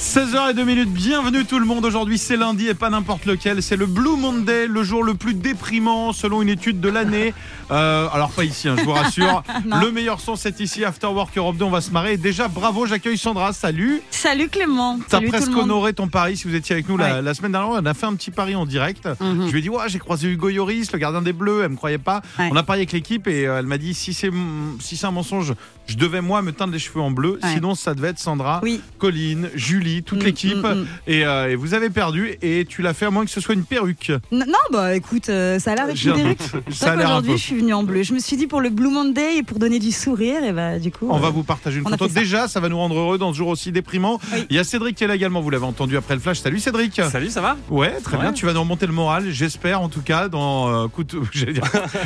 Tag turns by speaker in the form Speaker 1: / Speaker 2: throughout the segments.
Speaker 1: 16h et 2 minutes, bienvenue tout le monde. Aujourd'hui, c'est lundi et pas n'importe lequel. C'est le Blue Monday, le jour le plus déprimant selon une étude de l'année. Euh, alors, pas ici, hein, je vous rassure. le meilleur son, c'est ici, After Work Europe 2. On va se marrer. Déjà, bravo, j'accueille Sandra. Salut.
Speaker 2: Salut Clément.
Speaker 1: T'as
Speaker 2: Salut
Speaker 1: presque
Speaker 2: tout le monde.
Speaker 1: honoré ton pari si vous étiez avec nous la,
Speaker 2: Ouais. Mhm.
Speaker 1: la semaine dernière. On a fait un petit pari en direct. Je lui ai dit ouais, j'ai croisé Hugo Yoris, le gardien des Bleus. Elle me croyait pas.
Speaker 2: Ouais.
Speaker 1: On a parié avec l'équipe et euh, elle m'a dit si c'est mon- si c'est un mensonge, je devais moi me teindre les cheveux en bleu.
Speaker 2: Ouais.
Speaker 1: Sinon, ça devait être Sandra,
Speaker 2: Oui.
Speaker 1: Colline, Julie, toute
Speaker 2: Mm,
Speaker 1: l'équipe.
Speaker 2: mm, mm.
Speaker 1: Et, euh, et vous avez perdu et tu l'as fait à moins que ce soit une perruque.
Speaker 2: N- Non, bah écoute, euh, ça a l'air d'être
Speaker 1: J'ai
Speaker 2: une
Speaker 1: un
Speaker 2: perruque.
Speaker 1: doute.
Speaker 2: C'est
Speaker 1: Ça a
Speaker 2: vrai
Speaker 1: l'air un
Speaker 2: qu'aujourd'hui,
Speaker 1: peu.
Speaker 2: je suis venue en bleu. Je me suis dit pour le Blue Monday et pour donner du sourire, et bah du coup.
Speaker 1: On
Speaker 2: euh,
Speaker 1: va vous partager une
Speaker 2: On a
Speaker 1: photo.
Speaker 2: fait ça.
Speaker 1: Déjà, ça va nous rendre heureux dans ce jour aussi déprimant.
Speaker 2: Oui.
Speaker 1: Il y a Cédric qui est là également. Vous l'avez entendu après le flash. Salut Cédric.
Speaker 3: Salut, ça va
Speaker 1: Ouais, très
Speaker 3: Ouais.
Speaker 1: bien. Tu vas nous remonter le moral, j'espère en tout cas. Dans euh, coup de, j'allais dire,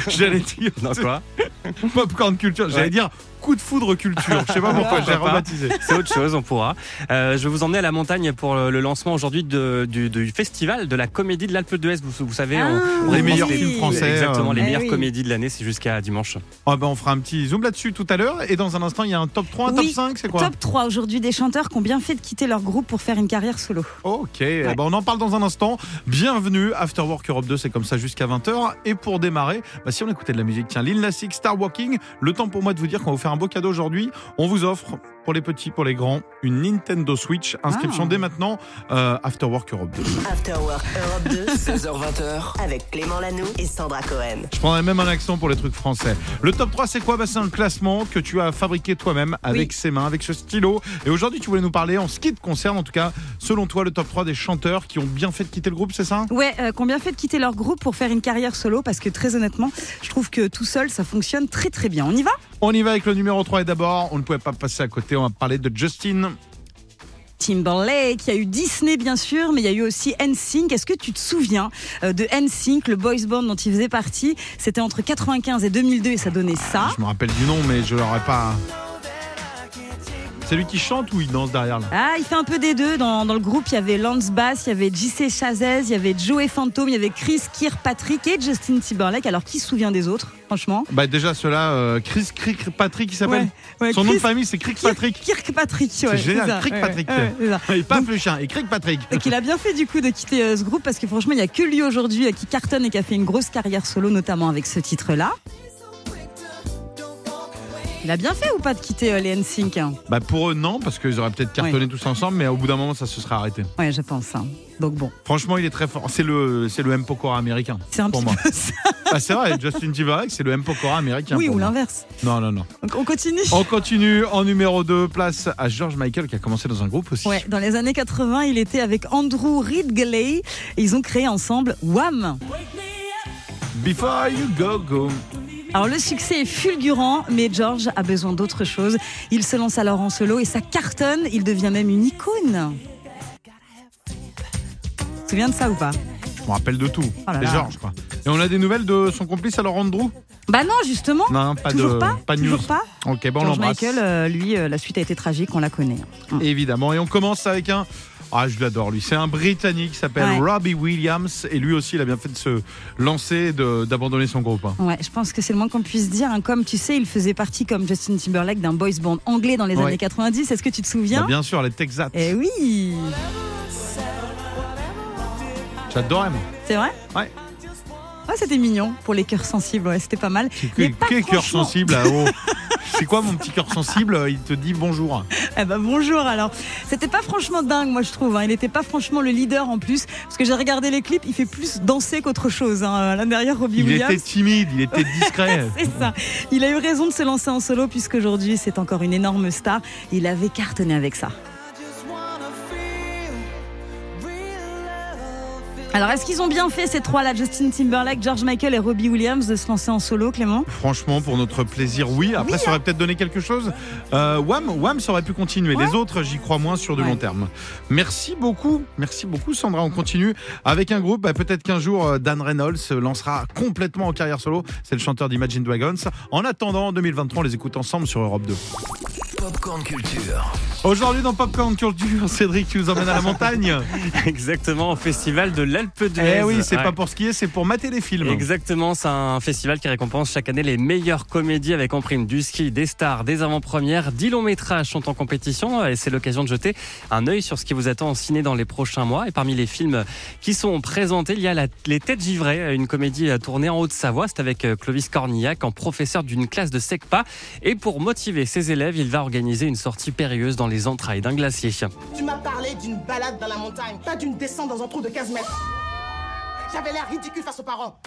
Speaker 1: j'allais dire
Speaker 3: Non, quoi
Speaker 1: popcorn culture. J'allais
Speaker 3: Ouais.
Speaker 1: dire coup de foudre culture. Je sais pas pourquoi j'ai
Speaker 3: Pourquoi pas.
Speaker 1: rebaptisé.
Speaker 3: C'est autre chose, on pourra. Euh, je vais vous emmener à la montagne pour le le lancement aujourd'hui de- du, du festival de la comédie de l'Alpe d'Huez. Vous, vous savez,
Speaker 2: Ah,
Speaker 3: on, on
Speaker 1: Les
Speaker 3: récompense
Speaker 1: meilleurs hein.
Speaker 3: les-
Speaker 1: films français. euh,
Speaker 3: Exactement, les
Speaker 2: Eh
Speaker 3: meilleures
Speaker 2: oui.
Speaker 3: comédies de l'année, c'est jusqu'à dimanche.
Speaker 1: Ah ben, on fera un petit zoom là-dessus tout à l'heure. Et dans un instant, il y a un top 3, un
Speaker 2: Oui.
Speaker 1: top 5, c'est quoi
Speaker 2: Top 3 aujourd'hui des chanteurs qui ont bien fait de quitter leur groupe pour faire une carrière solo.
Speaker 1: Ok, eh ben, on en parle dans un instant. Bienvenue, After Work Europe 2, c'est comme ça jusqu'à 20h. Et pour démarrer, bah, si on écoutait de la musique, tiens, Lil Nas X, Star Walking, le temps pour moi de vous dire qu'on va vous faire un beau cadeau aujourd'hui. On vous offre, pour les petits, pour les grands, une Nintendo Switch. Inscription
Speaker 2: Ah.
Speaker 1: dès maintenant, euh, After Work Europe 2.
Speaker 4: After Work Europe 2,
Speaker 5: 16h20h.
Speaker 4: avec Clément Lano et Sandra Cohen.
Speaker 1: Je prendrais même un accent pour les trucs français. Le top 3, c'est quoi bah, C'est un classement que tu as fabriqué toi-même avec
Speaker 2: Oui.
Speaker 1: ses mains, avec ce stylo. Et aujourd'hui, tu voulais nous parler, en ce qui te concerne en tout cas, selon toi, le top 3 des chanteurs qui ont bien fait de quitter le groupe, c'est ça
Speaker 2: Ouais, euh, qui ont bien fait de quitter leur groupe pour faire une carrière solo parce que très honnêtement, je trouve que tout seul, ça fonctionne très très bien. On y va
Speaker 1: On y va avec le numéro 3 et d'abord, on ne pouvait pas passer à côté, on va parler de Justin.
Speaker 2: Timberlake, il y a eu Disney bien sûr, mais il y a eu aussi NSYNC. Est-ce que tu te souviens euh, de NSYNC, le boys band dont il faisait partie C'était entre 95 et 2002 et ça donnait ça.
Speaker 1: Je me rappelle du nom, mais je l'aurais pas. C'est lui qui chante ou il danse derrière là
Speaker 2: Ah, il fait un peu des deux. Dans, dans le groupe, il y avait Lance Bass, il y avait JC Chazez, il y avait Joey Phantom, il y avait Chris Kirkpatrick et Justin Timberlake. Alors, qui se souvient des autres, franchement
Speaker 1: Bah déjà ceux-là, euh, Chris Crick Patrick, il s'appelle.
Speaker 2: ouais,
Speaker 1: Son nom de
Speaker 2: Chris
Speaker 1: famille c'est Crick Patrick.
Speaker 2: Kirkpatrick, ouais,
Speaker 1: génial,
Speaker 2: ça,
Speaker 1: Kirkpatrick.
Speaker 2: ouais, ouais, c'est ça.
Speaker 1: Et pas plus chien, et Crick Patrick.
Speaker 2: Donc il a bien fait du coup de quitter euh, ce groupe parce que franchement il n'y a que lui aujourd'hui euh, qui cartonne et qui a fait une grosse carrière solo notamment avec ce titre là. Il a bien fait ou pas de quitter euh, les NSYNC hein
Speaker 1: Bah pour eux non, parce qu'ils auraient peut-être cartonné tous ensemble, mais au bout d'un moment ça se serait arrêté.
Speaker 2: Ouais je pense. hein. Donc bon,
Speaker 1: Franchement, il est très fort. C'est le, c'est le M Pokora américain.
Speaker 2: c'est un
Speaker 1: Pour
Speaker 2: petit
Speaker 1: moi.
Speaker 2: peu ça.
Speaker 1: Ah c'est vrai, Justin Timberlake, c'est le M Pokora américain.
Speaker 2: Oui
Speaker 1: pour
Speaker 2: ou
Speaker 1: moi.
Speaker 2: l'inverse.
Speaker 1: Non non non.
Speaker 2: Donc on continue.
Speaker 1: On continue en numéro 2, place à George Michael qui a commencé dans un groupe aussi.
Speaker 2: Ouais, dans les années 80, il était avec Andrew Ridgeley. Et ils ont créé ensemble Wham.
Speaker 1: Before you go go.
Speaker 2: Alors le succès est fulgurant, mais George a besoin d'autre chose. Il se lance alors en solo et ça cartonne. Il devient même une icône. Tu te souviens de ça ou pas
Speaker 1: Je me rappelle de tout.
Speaker 2: Oh là
Speaker 1: Les
Speaker 2: là.
Speaker 1: Georges, quoi. Et on a des nouvelles de son complice alors Andrew
Speaker 2: Bah non, justement.
Speaker 1: Non, pas
Speaker 2: toujours
Speaker 1: de
Speaker 2: pas.
Speaker 1: de news.
Speaker 2: toujours pas.
Speaker 1: Ok, bon, on
Speaker 2: George
Speaker 1: l'embrasse.
Speaker 2: Michael, euh, lui, euh, la suite a été tragique, on la connaît. hein.
Speaker 1: Évidemment. Et on commence avec un. Ah, je l'adore, lui. C'est un Britannique qui s'appelle
Speaker 2: Ouais.
Speaker 1: Robbie Williams. Et lui aussi, il a bien fait de se lancer, de- d'abandonner son groupe. hein.
Speaker 2: Ouais, je pense que c'est le moins qu'on puisse dire. hein. Comme tu sais, il faisait partie, comme Justin Timberlake, d'un boys band anglais dans les
Speaker 1: Ouais.
Speaker 2: années 90. Est-ce que tu te
Speaker 1: Bah,
Speaker 2: souviens
Speaker 1: bien sûr, les Texas.
Speaker 2: Eh oui
Speaker 1: J'adore M.
Speaker 2: C'est vrai
Speaker 1: Ouais.
Speaker 2: Ouais, c'était mignon pour les cœurs sensibles, ouais, c'était pas mal. Mais
Speaker 1: Quel
Speaker 2: pas
Speaker 1: quel cœur
Speaker 2: franchement.
Speaker 1: sensible à haut. C'est quoi mon petit cœur sensible Il te dit bonjour.
Speaker 2: Eh ben bonjour alors. C'était pas franchement dingue, moi je trouve. hein. Il n'était pas franchement le leader en plus, parce que j'ai regardé les clips, il fait plus danser qu'autre chose. Hein. Là derrière, Robbie
Speaker 1: Il
Speaker 2: Williams.
Speaker 1: était timide, il était discret.
Speaker 2: C'est ça. Il a eu raison de se lancer en solo puisqu'aujourd'hui c'est encore une énorme star. Il avait cartonné avec ça. Alors est-ce qu'ils ont bien fait ces trois-là, Justin Timberlake, George Michael et Robbie Williams, de se lancer en solo, Clément
Speaker 1: Franchement, pour notre plaisir, oui. Après, ça aurait peut-être donné quelque chose. Euh, Wham, Wham, ça aurait pu continuer. Les autres, j'y crois moins sur du
Speaker 2: Ouais.
Speaker 1: long terme. Merci beaucoup. Merci beaucoup, Sandra. On continue avec un groupe. Bah, peut-être qu'un jour, euh, Dan Reynolds se lancera complètement en carrière solo. C'est le chanteur d'Imagine Dragons. En attendant, en 2023, on les écoute ensemble sur Europe 2.
Speaker 5: Popcorn Culture.
Speaker 1: Aujourd'hui dans Popcorn Culture, Cédric, tu nous emmènes à la montagne.
Speaker 3: Exactement, au festival de l'Alpe d'Huez.
Speaker 1: Eh oui, c'est
Speaker 3: Ouais.
Speaker 1: pas pour skier, c'est pour mater les films.
Speaker 3: Exactement, c'est un festival qui récompense chaque année les meilleures comédies avec en prime du ski, des stars, des avant-premières. 10 longs métrages sont en compétition et c'est l'occasion de jeter un œil sur ce qui vous attend en ciné dans les prochains mois. Et parmi les films qui sont présentés, il y a la- Les Têtes Givrées, une comédie tournée en Haute-Savoie. C'est avec euh, Clovis Cornillac en professeur d'une classe de SECPA. Et pour motiver ses élèves, il va organiser une sortie périlleuse dans les entrailles d'un glacier.
Speaker 6: Tu m'as parlé d'une balade dans la montagne, pas d'une descente dans un trou de 15 mètres. J'avais l'air ridicule face aux parents.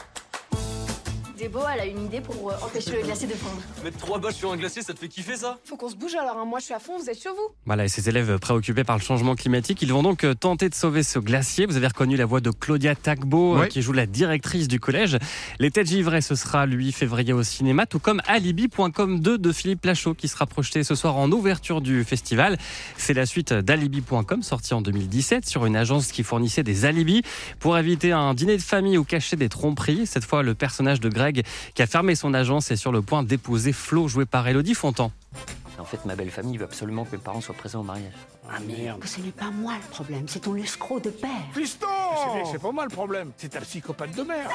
Speaker 7: Débo, elle a une idée pour euh, empêcher le glacier de fondre.
Speaker 8: Mettre trois bâches sur un glacier, ça te fait kiffer ça
Speaker 9: Faut qu'on se bouge alors, hein. moi je suis à fond, vous êtes sur vous.
Speaker 3: Voilà, et ces élèves préoccupés par le changement climatique, ils vont donc euh, tenter de sauver ce glacier. Vous avez reconnu la voix de Claudia Tagbo, euh,
Speaker 1: Ouais.
Speaker 3: qui joue la directrice du collège. Les Têtes Givrées, ce sera lui février au cinéma, tout comme Alibi.com 2 de Philippe Lachaud, qui sera projeté ce soir en ouverture du festival. C'est la suite d'Alibi.com, sortie en 2017 sur une agence qui fournissait des alibis pour éviter un dîner de famille ou cacher des tromperies. Cette fois, le personnage de Greg, qui a fermé son agence, est sur le point d'épouser Flo, joué par Elodie Fontan.
Speaker 8: En fait, ma belle famille veut absolument que mes parents soient présents au mariage.
Speaker 10: Ah, Que ce n'est pas moi le problème, c'est ton escroc de père.
Speaker 11: C'est pas moi le problème, c'est ta psychopathe de mère.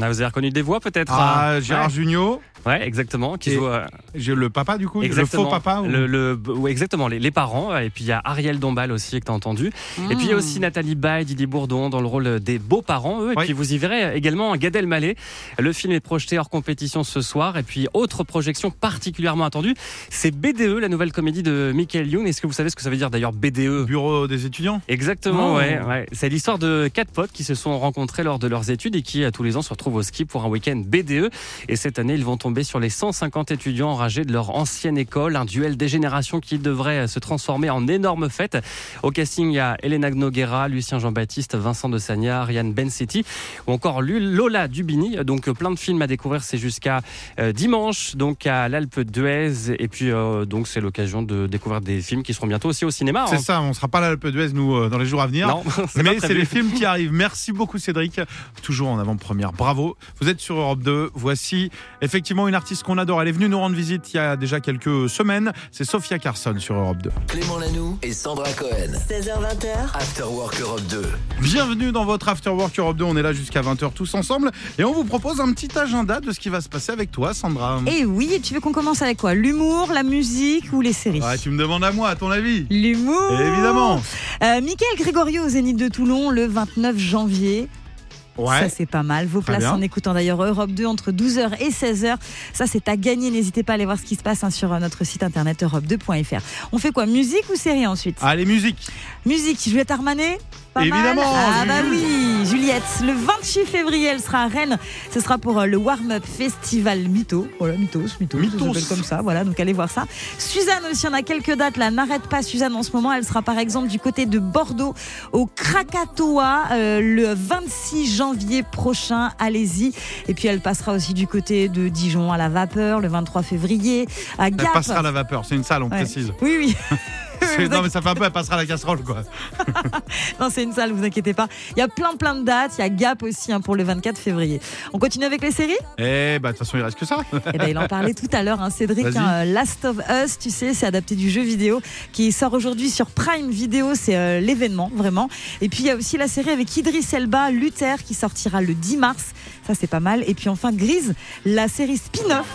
Speaker 3: Ah, vous avez reconnu des voix peut-être
Speaker 1: Ah,
Speaker 3: hein
Speaker 1: Gérard Jugnot,
Speaker 3: Ouais, ouais, exactement. Qui
Speaker 1: Et-
Speaker 3: joue, euh,
Speaker 1: j'ai le papa du coup,
Speaker 3: exactement,
Speaker 1: le faux papa. ou-
Speaker 3: le- le- ouais, exactement, les, les parents. Et puis il y a Ariel Dombal aussi que tu as entendu. Et puis il y a aussi Nathalie Baye, Didier Bourdon dans le rôle des beaux-parents. eux. Et
Speaker 1: Oui.
Speaker 3: puis vous y verrez également Gad Elmaleh. Le film est projeté hors compétition ce soir. Et puis autre projection particulièrement attendue, c'est BDE, la nouvelle comédie de Michael Youn. Est-ce que vous savez ce que ça veut dire d'ailleurs E BDE
Speaker 1: Bureau des étudiants.
Speaker 3: Exactement,
Speaker 2: Oh.
Speaker 3: ouais, ouais. C'est l'histoire de quatre potes qui se sont rencontrés lors de leurs études et qui, à tous les ans, se retrouvent au ski pour un week-end BDE. Et cette année, ils vont tomber sur les 150 étudiants enragés de leur ancienne école. Un duel des générations qui devrait euh, se transformer en énorme fête. Au casting, il y a Elena Gnoguera, Lucien Jean-Baptiste, Vincent de Sagna, Ariane Bensetti ou encore Lu- Lola Dubini. Donc, euh, plein de films à découvrir. C'est jusqu'à euh, dimanche, donc à l'Alpe d'Huez. Et puis, euh, donc, c'est l'occasion de découvrir des films qui seront bientôt aussi au cinéma.
Speaker 1: C'est
Speaker 3: hein.
Speaker 1: ça, on sera pas là à l'Alpe d'Huez nous euh, dans les jours à venir.
Speaker 3: Non, c'est pas
Speaker 1: Mais c'est
Speaker 3: prévu.
Speaker 1: les films qui arrivent. Merci beaucoup Cédric. Toujours en avant-première. Bravo. Vous êtes sur Europe 2. Voici effectivement une artiste qu'on adore. Elle est venue nous rendre visite il y a déjà quelques semaines. C'est Sophia Carson sur Europe 2.
Speaker 5: Clément Lanoux et Sandra Cohen.
Speaker 4: 16h20h,
Speaker 5: After Work Europe 2.
Speaker 1: Bienvenue dans votre After Work Europe 2. On est là jusqu'à 20h tous ensemble et on vous propose un petit agenda de ce qui va se passer avec toi Sandra.
Speaker 2: Et Eh oui, et tu veux qu'on commence avec quoi L'humour, la musique ou les séries
Speaker 1: Ouais, tu me demandes à moi, à ton avis.
Speaker 2: L'humour
Speaker 1: Évidemment.
Speaker 2: Euh, Michael Grégorio au Zénith de Toulon le 29 janvier. Ça, c'est pas mal. Vos
Speaker 1: Très
Speaker 2: places
Speaker 1: bien.
Speaker 2: en écoutant d'ailleurs Europe 2 entre 12h et 16h. Ça, c'est à gagner. N'hésitez pas à aller voir ce qui se passe hein, sur euh, notre site internet europe2.fr. On fait quoi Musique ou série ensuite
Speaker 1: Allez, musique.
Speaker 2: Musique, Juliette Armanet Pas
Speaker 1: Évidemment,
Speaker 2: mal Ah
Speaker 1: Julie.
Speaker 2: bah oui, Juliette, le 28 février, elle sera à Rennes. Ce sera pour euh, le Warm-Up Festival Mytho. Voilà, Mythos, Mythos, ça
Speaker 1: Mythos.
Speaker 2: s'appelle comme ça. Voilà, donc allez voir ça. Suzanne aussi, on a quelques dates là. N'arrête pas Suzanne en ce moment. Elle sera par exemple du côté de Bordeaux au Krakatoa euh, le 26 janvier prochain. Allez-y. Et puis elle passera aussi du côté de Dijon à la vapeur le 23 février à
Speaker 1: Elle
Speaker 2: Gap.
Speaker 1: passera à la vapeur. C'est une salle, on
Speaker 2: Ouais.
Speaker 1: précise.
Speaker 2: Oui, oui.
Speaker 1: C'est- Non mais ça fait un peu, elle passera à la casserole quoi.
Speaker 2: Non, c'est une salle, vous inquiétez pas. Il y a plein plein de dates, il y a Gap aussi hein, pour le 24 février. On continue avec les séries
Speaker 1: Eh bah de toute façon il reste que ça.
Speaker 2: Eh ben, il en parlait tout à l'heure, hein, Cédric.
Speaker 1: Vas-y.
Speaker 2: hein, Last of Us, tu sais, c'est adapté du jeu vidéo qui sort aujourd'hui sur Prime Video. C'est euh, l'événement, vraiment. Et puis, il y a aussi la série avec Idris Elba, Luther, qui sortira le 10 mars. Ça, c'est pas mal. Et puis, enfin, Grise, la série spin-off.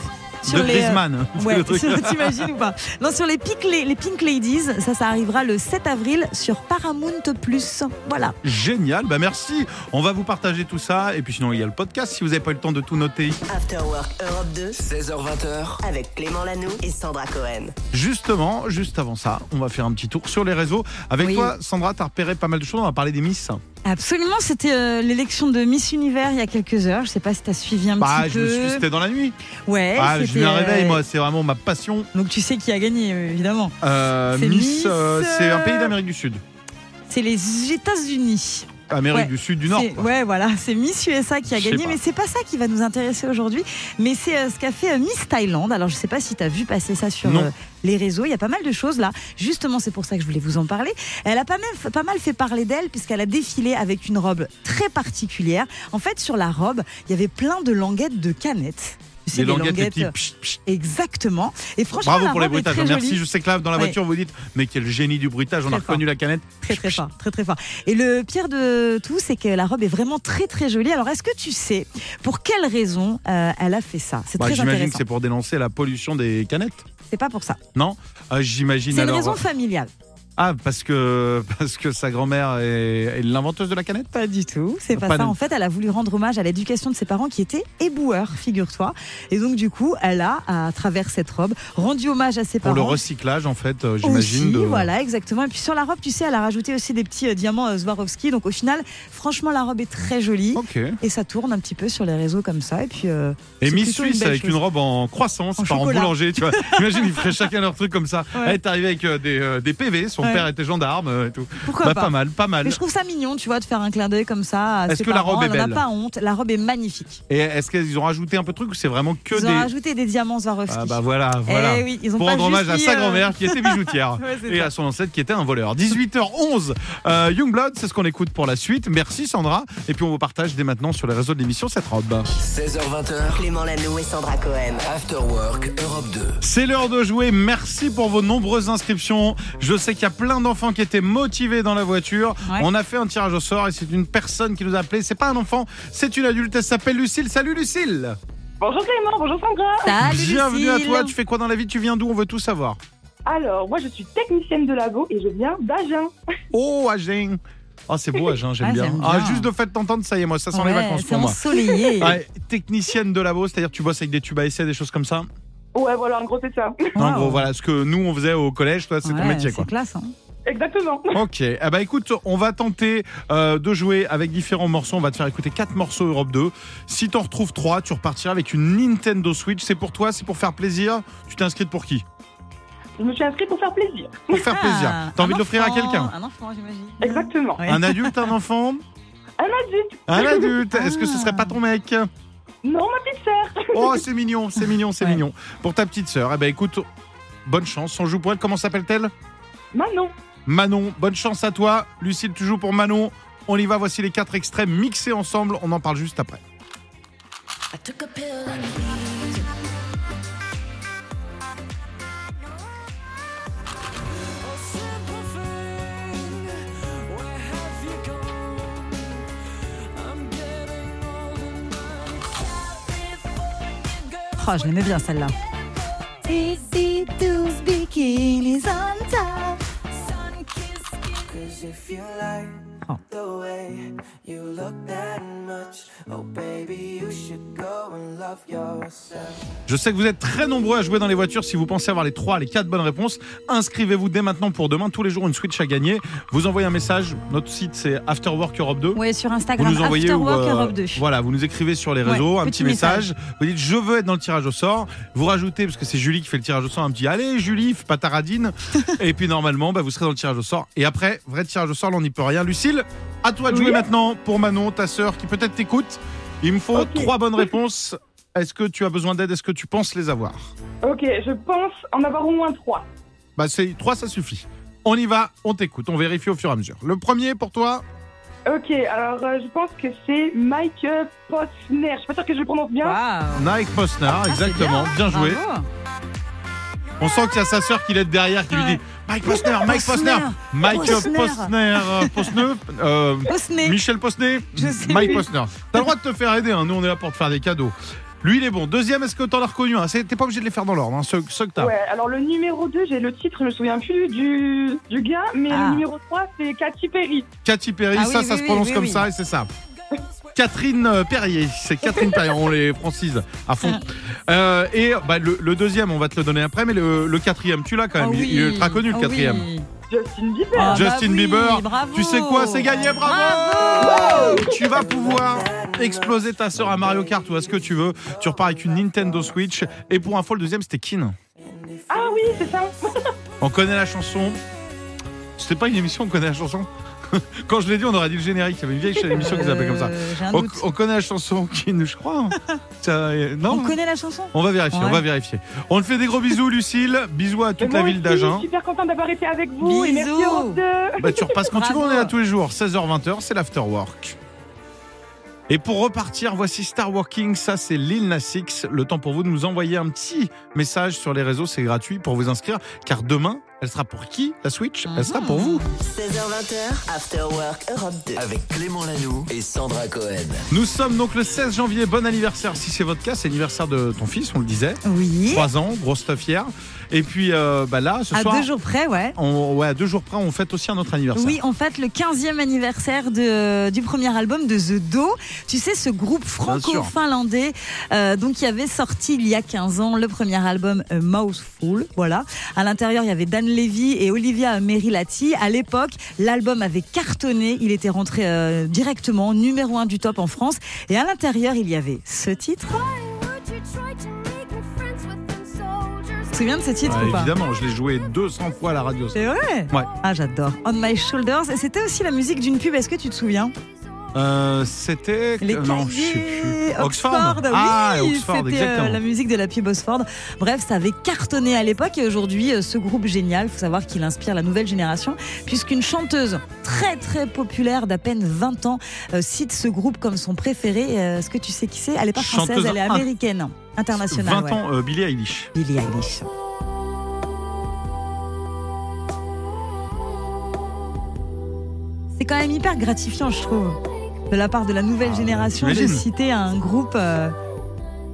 Speaker 2: Sur
Speaker 1: de
Speaker 2: les, euh,
Speaker 1: Griezmann. hein.
Speaker 2: Ouais,
Speaker 1: Le truc.
Speaker 2: sur- t'imagines ou pas Non, sur les Pink, les Pink Ladies, ça, ça arrivera le 7 avril sur Paramount+. Plus. Voilà.
Speaker 1: Génial, bah merci. On va vous partager tout ça. Et puis sinon, il y a le podcast si vous n'avez pas eu le temps de tout noter.
Speaker 4: After Work Europe 2
Speaker 5: 16h20h.
Speaker 4: avec Clément Lanoux et Sandra Cohen.
Speaker 1: Justement, juste avant ça, on va faire un petit tour sur les réseaux. Avec
Speaker 2: Oui.
Speaker 1: toi, Sandra, t'as repéré pas mal de choses. On va parler des Miss.
Speaker 2: Absolument, c'était euh, l'élection de Miss Univers il y a quelques heures. Je sais pas si t'as suivi un
Speaker 1: Bah,
Speaker 2: petit
Speaker 1: je me
Speaker 2: peu.
Speaker 1: suis c'était dans la nuit.
Speaker 2: Ouais,
Speaker 1: Bah, je
Speaker 2: c'était,
Speaker 1: me réveille,
Speaker 2: euh,
Speaker 1: moi, c'est vraiment ma passion.
Speaker 2: Donc tu sais qui a gagné, euh, évidemment.
Speaker 1: Euh,
Speaker 2: C'est
Speaker 1: Miss,
Speaker 2: Miss,
Speaker 1: euh, c'est un
Speaker 2: euh,
Speaker 1: pays d'Amérique du Sud.
Speaker 2: C'est les États-Unis.
Speaker 1: Amérique
Speaker 2: euh, ouais.
Speaker 1: du Sud, du Nord.
Speaker 2: C'est-
Speaker 1: quoi.
Speaker 2: Ouais, voilà, c'est Miss USA qui a
Speaker 1: Je sais
Speaker 2: gagné,
Speaker 1: pas.
Speaker 2: mais c'est pas ça qui va nous intéresser aujourd'hui. Mais c'est euh, ce qu'a fait euh, Miss Thaïlande. Alors, je sais pas si t'as vu passer ça sur
Speaker 1: Non.
Speaker 2: euh, les réseaux. Il y a pas mal de choses là. Justement, c'est pour ça que je voulais vous en parler. Elle a pas, même, pas mal fait parler d'elle puisqu'elle a défilé avec une robe très particulière. En fait, sur la robe, il y avait plein de languettes de canettes. tu
Speaker 1: Les
Speaker 2: sais, les,
Speaker 1: languettes, les petits
Speaker 2: languettes. euh,
Speaker 1: pchit, pchit.
Speaker 2: Exactement. Et franchement,
Speaker 1: Bravo
Speaker 2: la
Speaker 1: pour les
Speaker 2: robe est
Speaker 1: bruitages.
Speaker 2: très
Speaker 1: Merci.
Speaker 2: jolie.
Speaker 1: Je sais que là, dans la
Speaker 2: Ouais.
Speaker 1: voiture, vous dites, mais quel génie du bruitage. On a
Speaker 2: Très
Speaker 1: reconnu la canette.
Speaker 2: Très très fort, très très fort. Et le pire de tout, c'est que la robe est vraiment très très jolie. Alors est-ce que tu sais pour quelle raison euh, elle a fait ça C'est
Speaker 1: Bah,
Speaker 2: très
Speaker 1: J'imagine que
Speaker 2: intéressant.
Speaker 1: c'est pour dénoncer la pollution des canettes.
Speaker 2: C'est pas pour ça.
Speaker 1: Non Ah, J'imagine
Speaker 2: C'est une
Speaker 1: alors.
Speaker 2: raison familiale.
Speaker 1: Ah, parce que, parce que sa grand-mère est, est l'inventeuse de la canette
Speaker 2: Pas du tout. C'est pas,
Speaker 1: Pas
Speaker 2: ça.
Speaker 1: de-
Speaker 2: En fait, elle a voulu rendre hommage à l'éducation de ses parents qui étaient éboueurs, figure-toi. Et donc du coup, elle a, à travers cette robe, rendu hommage à ses
Speaker 1: Pour le
Speaker 2: parents.
Speaker 1: recyclage, en fait, euh,
Speaker 2: Aussi,
Speaker 1: j'imagine. de-
Speaker 2: voilà, exactement. Et puis sur la robe, tu sais, elle a rajouté aussi des petits euh, diamants euh, Swarovski. Donc au final, franchement, la robe est très jolie.
Speaker 1: Ok.
Speaker 2: Et ça tourne un petit peu sur les réseaux comme ça. Et puis. euh,
Speaker 1: Et
Speaker 2: c'est
Speaker 1: Miss
Speaker 2: plutôt une
Speaker 1: Suisse
Speaker 2: belle
Speaker 1: avec
Speaker 2: chose.
Speaker 1: une robe en croissant, c'est
Speaker 2: En
Speaker 1: pas en
Speaker 2: chocolat.
Speaker 1: boulanger, tu vois. Imagine, ils feraient chacun leur truc comme ça.
Speaker 2: Ouais.
Speaker 1: Elle est arrivée avec euh, des, euh, des PV, son
Speaker 2: Ouais.
Speaker 1: père était gendarme euh, et tout.
Speaker 2: Pourquoi
Speaker 1: Bah,
Speaker 2: pas.
Speaker 1: pas mal, pas mal.
Speaker 2: Mais je trouve ça mignon, tu vois, de faire un clin d'œil comme ça. à
Speaker 1: Est-ce
Speaker 2: ses
Speaker 1: que la
Speaker 2: parents.
Speaker 1: robe est
Speaker 2: Elle en
Speaker 1: belle
Speaker 2: a pas honte. La robe est magnifique.
Speaker 1: Et est-ce qu'ils ont rajouté un peu de truc ou c'est vraiment que
Speaker 2: Ils
Speaker 1: des.
Speaker 2: ont rajouté des diamants Swarovski.
Speaker 1: Ah bah voilà, voilà.
Speaker 2: Eh oui, ils ont
Speaker 1: Pour
Speaker 2: pas
Speaker 1: rendre hommage
Speaker 2: juste
Speaker 1: à
Speaker 2: mis,
Speaker 1: sa
Speaker 2: euh,
Speaker 1: grand-mère qui était bijoutière
Speaker 2: Ouais, c'est
Speaker 1: et
Speaker 2: ça.
Speaker 1: à son ancêtre qui était un voleur. 18h11, euh, Youngblood, c'est ce qu'on écoute pour la suite. Merci Sandra. Et puis on vous partage dès maintenant sur les réseaux de l'émission cette robe.
Speaker 5: 16h20h,
Speaker 4: Clément Lano et Sandra Cohen.
Speaker 5: After Work Europe 2.
Speaker 1: C'est l'heure de jouer. Merci pour vos nombreuses inscriptions. Je sais qu'il y a plein d'enfants qui étaient motivés dans la voiture.
Speaker 2: Ouais.
Speaker 1: On a fait un tirage au sort et c'est une personne qui nous a appelé. C'est pas un enfant, c'est une adulte. Elle s'appelle Lucille. Salut Lucille.
Speaker 12: Bonjour Clément, bonjour Sandra.
Speaker 2: Salut,
Speaker 1: Bienvenue à
Speaker 2: Lucille.
Speaker 1: toi. Tu fais quoi dans la vie Tu viens d'où On veut tout savoir.
Speaker 12: Alors, moi je suis technicienne de labo et je viens d'Agen.
Speaker 1: Oh, Agen. Ah, c'est beau, Agen, j'aime
Speaker 2: Ah,
Speaker 1: bien.
Speaker 2: j'aime
Speaker 1: Ah,
Speaker 2: bien.
Speaker 1: juste de fait de t'entendre, ça y est, moi, ça sent
Speaker 2: Ouais,
Speaker 1: les vacances
Speaker 2: C'est
Speaker 1: pour moi.
Speaker 2: ensoleillé.
Speaker 1: Ouais, technicienne de labo, c'est-à-dire tu bosses avec des tubes à essai, des choses comme ça.
Speaker 12: Ouais, voilà, en gros c'est ça.
Speaker 1: En
Speaker 2: Wow.
Speaker 1: gros, voilà, ce que nous on faisait au collège, toi, c'est ton
Speaker 2: Ouais,
Speaker 1: métier, quoi.
Speaker 2: C'est classe. hein.
Speaker 12: Exactement.
Speaker 1: Ok, ah bah écoute, on va tenter euh, de jouer avec différents morceaux. On va te faire écouter quatre morceaux Europe 2. Si t'en retrouves trois, tu repartiras avec une Nintendo Switch. C'est pour toi, c'est pour faire plaisir. Tu t'es inscrite pour qui
Speaker 12: Je me suis inscrite pour faire plaisir.
Speaker 1: Pour faire plaisir.
Speaker 2: Ah,
Speaker 1: T'as envie
Speaker 2: un
Speaker 1: de l'offrir à
Speaker 2: enfant,
Speaker 1: quelqu'un
Speaker 2: Un enfant, j'imagine.
Speaker 12: Exactement.
Speaker 2: Ouais.
Speaker 1: Un adulte, un enfant
Speaker 12: Un adulte.
Speaker 1: Un adulte Est-ce que ce serait pas ton mec
Speaker 12: Non, ma petite sœur.
Speaker 1: Oh, c'est mignon, c'est mignon, c'est
Speaker 2: Ouais.
Speaker 1: mignon. Pour ta petite sœur, eh ben écoute, bonne chance. On joue pour elle. Comment s'appelle-t-elle
Speaker 12: Manon.
Speaker 1: Manon. Bonne chance à toi. Lucille, tu joues pour Manon. On y va. Voici les quatre extraits mixés ensemble. On en parle juste après.
Speaker 2: Oh, je l'aimais bien celle-là.
Speaker 1: Je sais que vous êtes très nombreux à jouer dans les voitures. Si vous pensez avoir les trois, les quatre bonnes réponses, inscrivez-vous dès maintenant pour demain. Tous les jours, une Switch à gagner. Vous envoyez un message. Notre site, c'est Afterwork Europe 2.
Speaker 2: Ouais, sur
Speaker 1: Vous
Speaker 2: Instagram.
Speaker 1: nous envoyez ou,
Speaker 2: Afterwork
Speaker 1: euh,
Speaker 2: Europe 2.
Speaker 1: Voilà, vous nous écrivez sur les réseaux
Speaker 2: Ouais,
Speaker 1: un
Speaker 2: petit
Speaker 1: petit message. Vous dites je veux être dans le tirage au sort. Vous rajoutez parce que c'est Julie qui fait le tirage au sort un petit allez Julie, fais pas taradine. et puis normalement, bah, vous serez dans le tirage au sort. Et après, vrai tirage au sort, là, on n'y peut rien. Lucille, à toi de jouer maintenant pour Manon, ta sœur qui peut-être t'écoute. Il me faut trois bonnes réponses. Est-ce que tu as besoin d'aide Est-ce que tu penses les avoir
Speaker 12: Ok, je pense en avoir au moins trois.
Speaker 1: Bah c'est trois, ça suffit. On y va, on t'écoute, on vérifie au fur et à mesure. Le premier pour toi,
Speaker 12: Ok, alors euh, je pense que c'est Mike euh, Posner. Je suis pas sûre que je le prononce bien.
Speaker 2: Waouh.
Speaker 1: Nike Posner,
Speaker 2: Ah,
Speaker 1: exactement, bien joué.
Speaker 2: Bravo.
Speaker 1: On sent qu'il y a sa sœur qui l'aide derrière, qui lui dit Mike Posner, Mike Posner, Mike
Speaker 2: Posner.
Speaker 1: Posner, euh, Posner, euh,
Speaker 2: Posné.
Speaker 1: Michel Posner,
Speaker 2: Je sais
Speaker 1: Mike
Speaker 2: plus.
Speaker 1: Posner. T'as le droit de te faire aider, hein. nous on est là pour te faire des cadeaux. Lui il est bon. Deuxième, est-ce que t'en as reconnu hein C'est- T'es pas obligé de les faire dans l'ordre, hein, ceux, ceux que t'as.
Speaker 12: Ouais, alors le numéro 2, j'ai le titre, je me souviens plus du, du gars, mais
Speaker 2: Ah.
Speaker 12: le numéro 3, c'est Katy Perry.
Speaker 1: Cathy Perry,
Speaker 2: Ah
Speaker 1: ça,
Speaker 2: oui,
Speaker 1: ça
Speaker 2: oui,
Speaker 1: se
Speaker 2: oui,
Speaker 1: prononce
Speaker 2: oui,
Speaker 1: comme
Speaker 2: oui.
Speaker 1: ça et c'est ça. Catherine euh, Perrier, c'est Catherine Perrier, on les francise à fond. Euh, et bah, le, le deuxième, on va te le donner après, mais le, le quatrième, tu l'as quand même,
Speaker 2: Ah
Speaker 1: il-
Speaker 2: oui.
Speaker 1: il est ultra connu le
Speaker 2: Ah
Speaker 1: quatrième.
Speaker 2: oui.
Speaker 12: Justin Bieber.
Speaker 2: Ah,
Speaker 1: Justin
Speaker 2: bah oui,
Speaker 1: Bieber.
Speaker 2: bravo.
Speaker 1: Tu sais quoi, c'est gagné, bravo, Tu vas pouvoir exploser ta sœur à Mario Kart ou à ce que tu veux. Tu repars avec une Nintendo Switch. Et pour info, le deuxième, c'était Kin.
Speaker 12: Ah oui, c'est ça.
Speaker 1: On connaît la chanson. C'était pas une émission, on connaît la chanson. Quand je l'ai dit, on aurait dit le générique. Il y avait une vieille chaîne d'émission qui s'appelait comme ça.
Speaker 2: Euh, j'ai un
Speaker 1: On,
Speaker 2: doute.
Speaker 1: on connaît la chanson Kin, je crois. hein. Ça, euh, non
Speaker 2: On connaît la chanson
Speaker 1: On va vérifier, on
Speaker 2: Ouais.
Speaker 1: va vérifier. On te fait des gros bisous, Lucille. Bisous à toute la ville
Speaker 12: d'Agen. Je
Speaker 1: d'Agen.
Speaker 12: suis super contente d'avoir été avec vous et merci
Speaker 2: Bisous.
Speaker 12: aux deux.
Speaker 1: Bah, tu repasses Bah, quand tu veux,
Speaker 2: Bravo.
Speaker 1: on est là tous les jours. 16h-20h, c'est l'afterwork. Et pour repartir, voici Star Walking. Ça, c'est Lil Nas X. Le temps pour vous de nous envoyer un petit message sur les réseaux. C'est gratuit pour vous inscrire. Car demain, elle sera pour qui la Switch Elle sera pour
Speaker 2: Mhm.
Speaker 1: vous.
Speaker 4: 16h20h, After Work Europe 2.
Speaker 5: Avec Clément Lanoux et Sandra Cohen.
Speaker 1: Nous sommes donc le 16 janvier. Bon anniversaire si c'est votre cas. C'est l'anniversaire de ton fils, on le disait.
Speaker 2: Oui.
Speaker 1: 3 ans, grosse stuff hier. Et puis euh, bah là, ce
Speaker 2: à
Speaker 1: soir.
Speaker 2: deux jours près, ouais.
Speaker 1: on- ouais, à deux jours près, on fête aussi un autre anniversaire.
Speaker 2: Oui, en fait, le 15e anniversaire de, du premier album de The Do. Tu sais, ce groupe franco-finlandais euh, donc qui avait sorti il y a 15 ans le premier album A Mouthful. Voilà. À l'intérieur, il y avait Dan Levy et Olivia Merilati. À l'époque, l'album avait cartonné. Il était rentré euh, directement numéro un du top en France. Et à l'intérieur, il y avait ce titre. Tu te souviens de ce titre
Speaker 1: Ouais,
Speaker 2: ou pas
Speaker 1: évidemment, je l'ai joué 200 fois à la radio.
Speaker 2: C'est vrai
Speaker 1: Ouais.
Speaker 2: Ah, j'adore. On My Shoulders. Et c'était aussi la musique d'une pub. Est-ce que tu te souviens
Speaker 1: Euh, c'était.
Speaker 2: Les
Speaker 1: euh, non, je sais
Speaker 2: Casiers
Speaker 1: plus.
Speaker 2: Oxford, oui,
Speaker 1: Ah, Oxford,
Speaker 2: c'était euh,
Speaker 1: exactement.
Speaker 2: la musique de la pub Oxford. Bref, ça avait cartonné à l'époque et aujourd'hui, euh, ce groupe génial, faut savoir qu'il inspire la nouvelle génération, puisqu'une chanteuse très très populaire d'à peine 20 ans euh, cite ce groupe comme son préféré. Euh, Est-ce que tu sais qui c'est Elle est pas française,
Speaker 1: Chanteuse
Speaker 2: elle est
Speaker 1: in-
Speaker 2: américaine, internationale.
Speaker 1: 20
Speaker 2: ouais.
Speaker 1: ans, euh, Billie Eilish.
Speaker 2: Billie Eilish. C'est quand même hyper gratifiant, je trouve, de la part de la nouvelle
Speaker 1: Ah,
Speaker 2: génération de
Speaker 1: t'imagines
Speaker 2: citer un groupe. euh,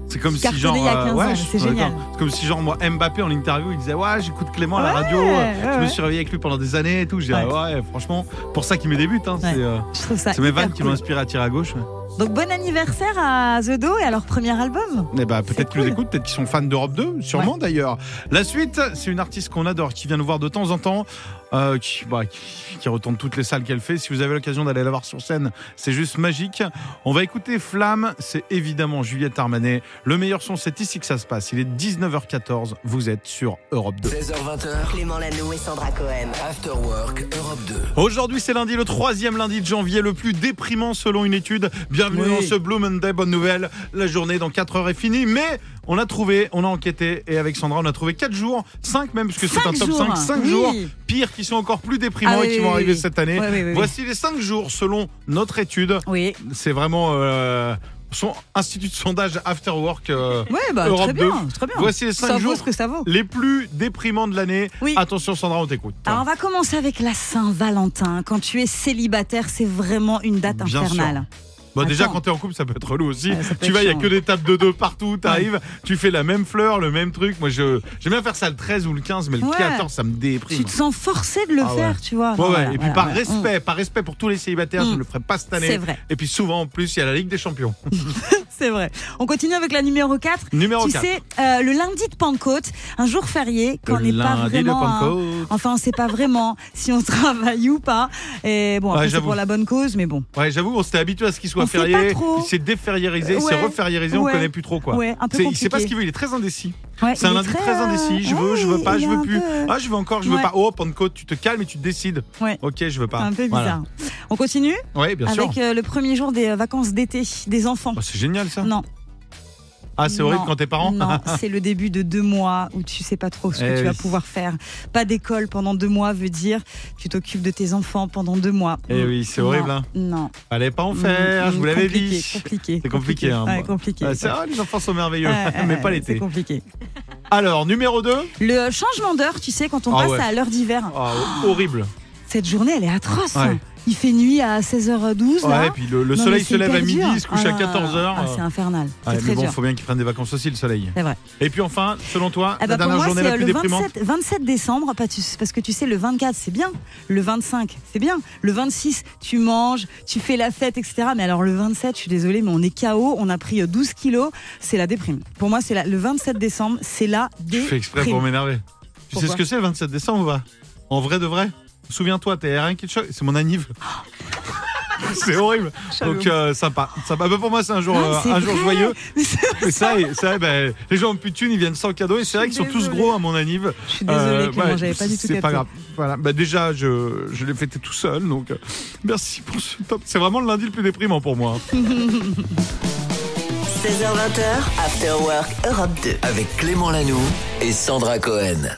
Speaker 1: C'est comme si
Speaker 2: Cartonné
Speaker 1: genre. euh,
Speaker 2: il y a 15 ans,
Speaker 1: ouais, je
Speaker 2: c'est
Speaker 1: suis d'accord.
Speaker 2: génial.
Speaker 1: C'est comme si genre, moi, Mbappé en interview, il disait Ouais, j'écoute Clément à la
Speaker 2: Ouais,
Speaker 1: radio, euh, je me
Speaker 2: ouais.
Speaker 1: suis réveillé avec lui pendant des années et tout. Je dis
Speaker 2: Ouais.
Speaker 1: ah, ouais, franchement, pour ça qu'il me débute. Hein,
Speaker 2: Ouais.
Speaker 1: C'est euh,
Speaker 2: Je trouve ça.
Speaker 1: c'est mes
Speaker 2: hyper
Speaker 1: vannes qui
Speaker 2: cool.
Speaker 1: m'ont inspiré à tirer à gauche. ouais.
Speaker 2: Donc bon anniversaire à The Do et à leur premier album.
Speaker 1: Eh ben, peut-être qu'ils nous
Speaker 2: cool.
Speaker 1: écoutent, peut-être qu'ils sont fans d'Europe 2, sûrement d'ailleurs. La suite, c'est une artiste qu'on adore, qui vient nous voir de temps en temps, euh, qui, bah, qui- qui retourne toutes les salles qu'elle fait. Si vous avez l'occasion d'aller la voir sur scène, c'est juste magique. On va écouter Flamme, c'est évidemment Juliette Armanet. Le meilleur son, c'est ici que ça se passe. Il est 19h14, vous êtes sur Europe 2.
Speaker 5: 16h20h,
Speaker 4: Clément Lanoux et Sandra Cohen.
Speaker 5: After Work Europe 2.
Speaker 1: Aujourd'hui, c'est lundi, le troisième lundi de janvier, le plus déprimant selon une étude. Bienvenue
Speaker 5: Oui.
Speaker 1: dans ce Blue Monday, bonne nouvelle. La journée dans 4 heures est finie, mais on a trouvé, on a enquêté et avec Sandra, on a trouvé 4 jours, 5 même, puisque c'est
Speaker 2: Cinq
Speaker 1: un top
Speaker 2: jours.
Speaker 1: 5, 5
Speaker 2: Oui.
Speaker 1: jours pires qui sont encore plus déprimants
Speaker 2: Ah oui,
Speaker 1: et qui
Speaker 2: oui,
Speaker 1: vont
Speaker 2: oui,
Speaker 1: arriver
Speaker 2: oui.
Speaker 1: cette année.
Speaker 2: Ouais, oui, oui, oui.
Speaker 1: Voici les 5 jours selon notre étude.
Speaker 2: Oui.
Speaker 1: C'est vraiment euh, son institut de sondage After Work. euh,
Speaker 2: Ouais, bah
Speaker 1: Europe
Speaker 2: très bien, très bien.
Speaker 1: Voici les cinq
Speaker 2: ça
Speaker 1: jours.
Speaker 2: vaut ce que ça vaut.
Speaker 1: Les plus déprimants de l'année.
Speaker 2: Oui. Ah
Speaker 1: Attention Sandra, on t'écoute.
Speaker 2: Alors on va commencer avec la Saint-Valentin. Quand tu es célibataire, c'est vraiment une date
Speaker 1: Bien sûr.
Speaker 2: infernale.
Speaker 1: Bah déjà
Speaker 2: Attends.
Speaker 1: quand t'es en couple ça peut être relou aussi.
Speaker 2: Ouais, ça peut
Speaker 1: tu
Speaker 2: être
Speaker 1: vas, il y a
Speaker 2: chiant.
Speaker 1: que des tables de deux partout, t'arrives, tu fais la même fleur, le même truc. Moi je j'aime bien faire ça le 13 ou le 15 mais le
Speaker 2: Ouais.
Speaker 1: 14 ça me déprime.
Speaker 2: Tu te sens forcé de le
Speaker 1: Ah ouais.
Speaker 2: faire, tu
Speaker 1: Ouais,
Speaker 2: vois. Enfin,
Speaker 1: ouais.
Speaker 2: voilà,
Speaker 1: et puis
Speaker 2: voilà,
Speaker 1: par
Speaker 2: voilà.
Speaker 1: respect, par respect pour tous les célibataires, je
Speaker 2: Mm.
Speaker 1: ne le ferai pas cette
Speaker 2: Mm.
Speaker 1: année.
Speaker 2: C'est vrai,
Speaker 1: Et puis souvent en plus, il y a la Ligue des Champions.
Speaker 2: c'est vrai. On continue avec la numéro 4.
Speaker 1: Numéro
Speaker 2: tu
Speaker 1: 4.
Speaker 2: sais, euh, le lundi de Pentecôte, un jour férié, qu'on n'est pas
Speaker 1: lundi de
Speaker 2: vraiment. hein. un-
Speaker 1: Pentecôte.
Speaker 2: Enfin, on ne sait pas vraiment si on travaille ou pas. Et bon, après,
Speaker 1: Ouais,
Speaker 2: c'est
Speaker 1: j'avoue.
Speaker 2: pour la bonne cause, mais bon.
Speaker 1: Ouais, j'avoue, on s'était habitué à ce qu'il soit
Speaker 2: On sait pas
Speaker 1: férié.
Speaker 2: trop.
Speaker 1: Il s'est défériérisé, il s'est
Speaker 2: Ouais.
Speaker 1: refériérisé, on
Speaker 2: Ouais.
Speaker 1: connaît plus trop quoi.
Speaker 2: Ouais, un peu
Speaker 1: C'est- il sait pas ce
Speaker 2: compliqué.
Speaker 1: qu'il veut, il est très indécis.
Speaker 2: Ouais,
Speaker 1: C'est
Speaker 2: il
Speaker 1: un
Speaker 2: est
Speaker 1: lundi très,
Speaker 2: euh,
Speaker 1: indécis. Je veux, je veux
Speaker 2: ouais,
Speaker 1: pas,
Speaker 2: il
Speaker 1: je
Speaker 2: est
Speaker 1: veux
Speaker 2: un
Speaker 1: plus.
Speaker 2: peu- euh,
Speaker 1: Ah, je veux encore, je veux
Speaker 2: Ouais.
Speaker 1: pas. Oh, Pentecôte, tu te calmes et tu décides.
Speaker 2: Ouais.
Speaker 1: Ok, je veux pas.
Speaker 2: Un peu
Speaker 1: Voilà.
Speaker 2: bizarre. On continue
Speaker 1: Ouais, bien sûr.
Speaker 2: avec euh, le premier jour des euh, vacances d'été des enfants.
Speaker 1: Oh, c'est génial ça.
Speaker 2: Non.
Speaker 1: Ah, c'est horrible
Speaker 2: Non,
Speaker 1: quand t'es parent.
Speaker 2: Non, c'est le début de deux mois où tu sais pas trop ce que
Speaker 1: Eh
Speaker 2: tu vas
Speaker 1: oui.
Speaker 2: pouvoir faire. Pas d'école pendant deux mois veut dire tu t'occupes de tes enfants pendant deux mois.
Speaker 1: Eh oui, c'est horrible,
Speaker 2: Non,
Speaker 1: hein.
Speaker 2: Non.
Speaker 1: Fallait pas en faire, je vous l'avais
Speaker 2: Mm, Compliqué,
Speaker 1: dit.
Speaker 2: Compliqué.
Speaker 1: C'est compliqué, hein,
Speaker 2: Ouais,
Speaker 1: moi.
Speaker 2: compliqué.
Speaker 1: Ah, c'est vrai, les enfants sont merveilleux,
Speaker 2: Ouais, ouais,
Speaker 1: mais
Speaker 2: ouais,
Speaker 1: pas
Speaker 2: C'est
Speaker 1: l'été.
Speaker 2: compliqué.
Speaker 1: Alors, numéro 2,
Speaker 2: Le euh, changement d'heure, tu sais, quand on
Speaker 1: Ah
Speaker 2: passe
Speaker 1: ouais.
Speaker 2: à l'heure d'hiver,
Speaker 1: horrible.
Speaker 2: cette journée, elle est atroce.
Speaker 1: Ouais.
Speaker 2: hein. Il fait nuit à 16h12. là.
Speaker 1: Ouais, et puis le, le
Speaker 2: Non,
Speaker 1: soleil
Speaker 2: mais
Speaker 1: se
Speaker 2: c'est
Speaker 1: lève à
Speaker 2: hyper
Speaker 1: midi,
Speaker 2: dur.
Speaker 1: il se couche
Speaker 2: Ah,
Speaker 1: à 14h.
Speaker 2: ah, c'est infernal.
Speaker 1: euh. Ouais,
Speaker 2: c'est très
Speaker 1: mais bon,
Speaker 2: dur.
Speaker 1: faut bien qu'ils prennent des vacances aussi, le soleil.
Speaker 2: C'est vrai.
Speaker 1: Et puis enfin, selon toi,
Speaker 2: Ah bah
Speaker 1: la
Speaker 2: pour
Speaker 1: dernière
Speaker 2: moi,
Speaker 1: journée
Speaker 2: c'est
Speaker 1: la
Speaker 2: euh,
Speaker 1: plus
Speaker 2: le
Speaker 1: déprimante
Speaker 2: 27, 27 décembre, pas tu- parce que tu sais, le 24, c'est bien. Le 25, c'est bien. Le 26, tu manges, tu fais la fête, etc. Mais alors, le 27, je suis désolée, mais on est KO, on a pris euh, 12 kilos, c'est la déprime. Pour moi, c'est la- le 27 décembre, c'est la
Speaker 1: Je
Speaker 2: déprime.
Speaker 1: fais exprès pour m'énerver. Tu sais
Speaker 2: Pourquoi
Speaker 1: ce que c'est le 27 décembre ou pas En vrai de vrai Souviens-toi, t'es rien qui te choque. C'est mon anniv.
Speaker 2: Oh.
Speaker 1: c'est horrible. Donc euh, sympa. sympa. Bah, pour moi, c'est un jour,
Speaker 2: Ah,
Speaker 1: euh,
Speaker 2: c'est
Speaker 1: un jour
Speaker 2: vrai.
Speaker 1: joyeux.
Speaker 2: Mais c'est-
Speaker 1: Mais ça, et- ça ben, les gens ont plus de thunes, ils viennent sans cadeau. Et c'est vrai qu'ils sont tous
Speaker 2: désolée.
Speaker 1: gros à mon anniv.
Speaker 2: Je suis désolée,
Speaker 1: Euh,
Speaker 2: Clément,
Speaker 1: ouais,
Speaker 2: j'avais pas du tout
Speaker 1: C'est
Speaker 2: capté.
Speaker 1: pas grave. Voilà. Bah, déjà, je, je l'ai fêté tout seul. Donc euh, merci pour ce top. C'est vraiment le lundi le plus déprimant pour moi. hein.
Speaker 4: 16h20h, After Work Europe 2.
Speaker 5: Avec Clément Lanoux et Sandra Cohen.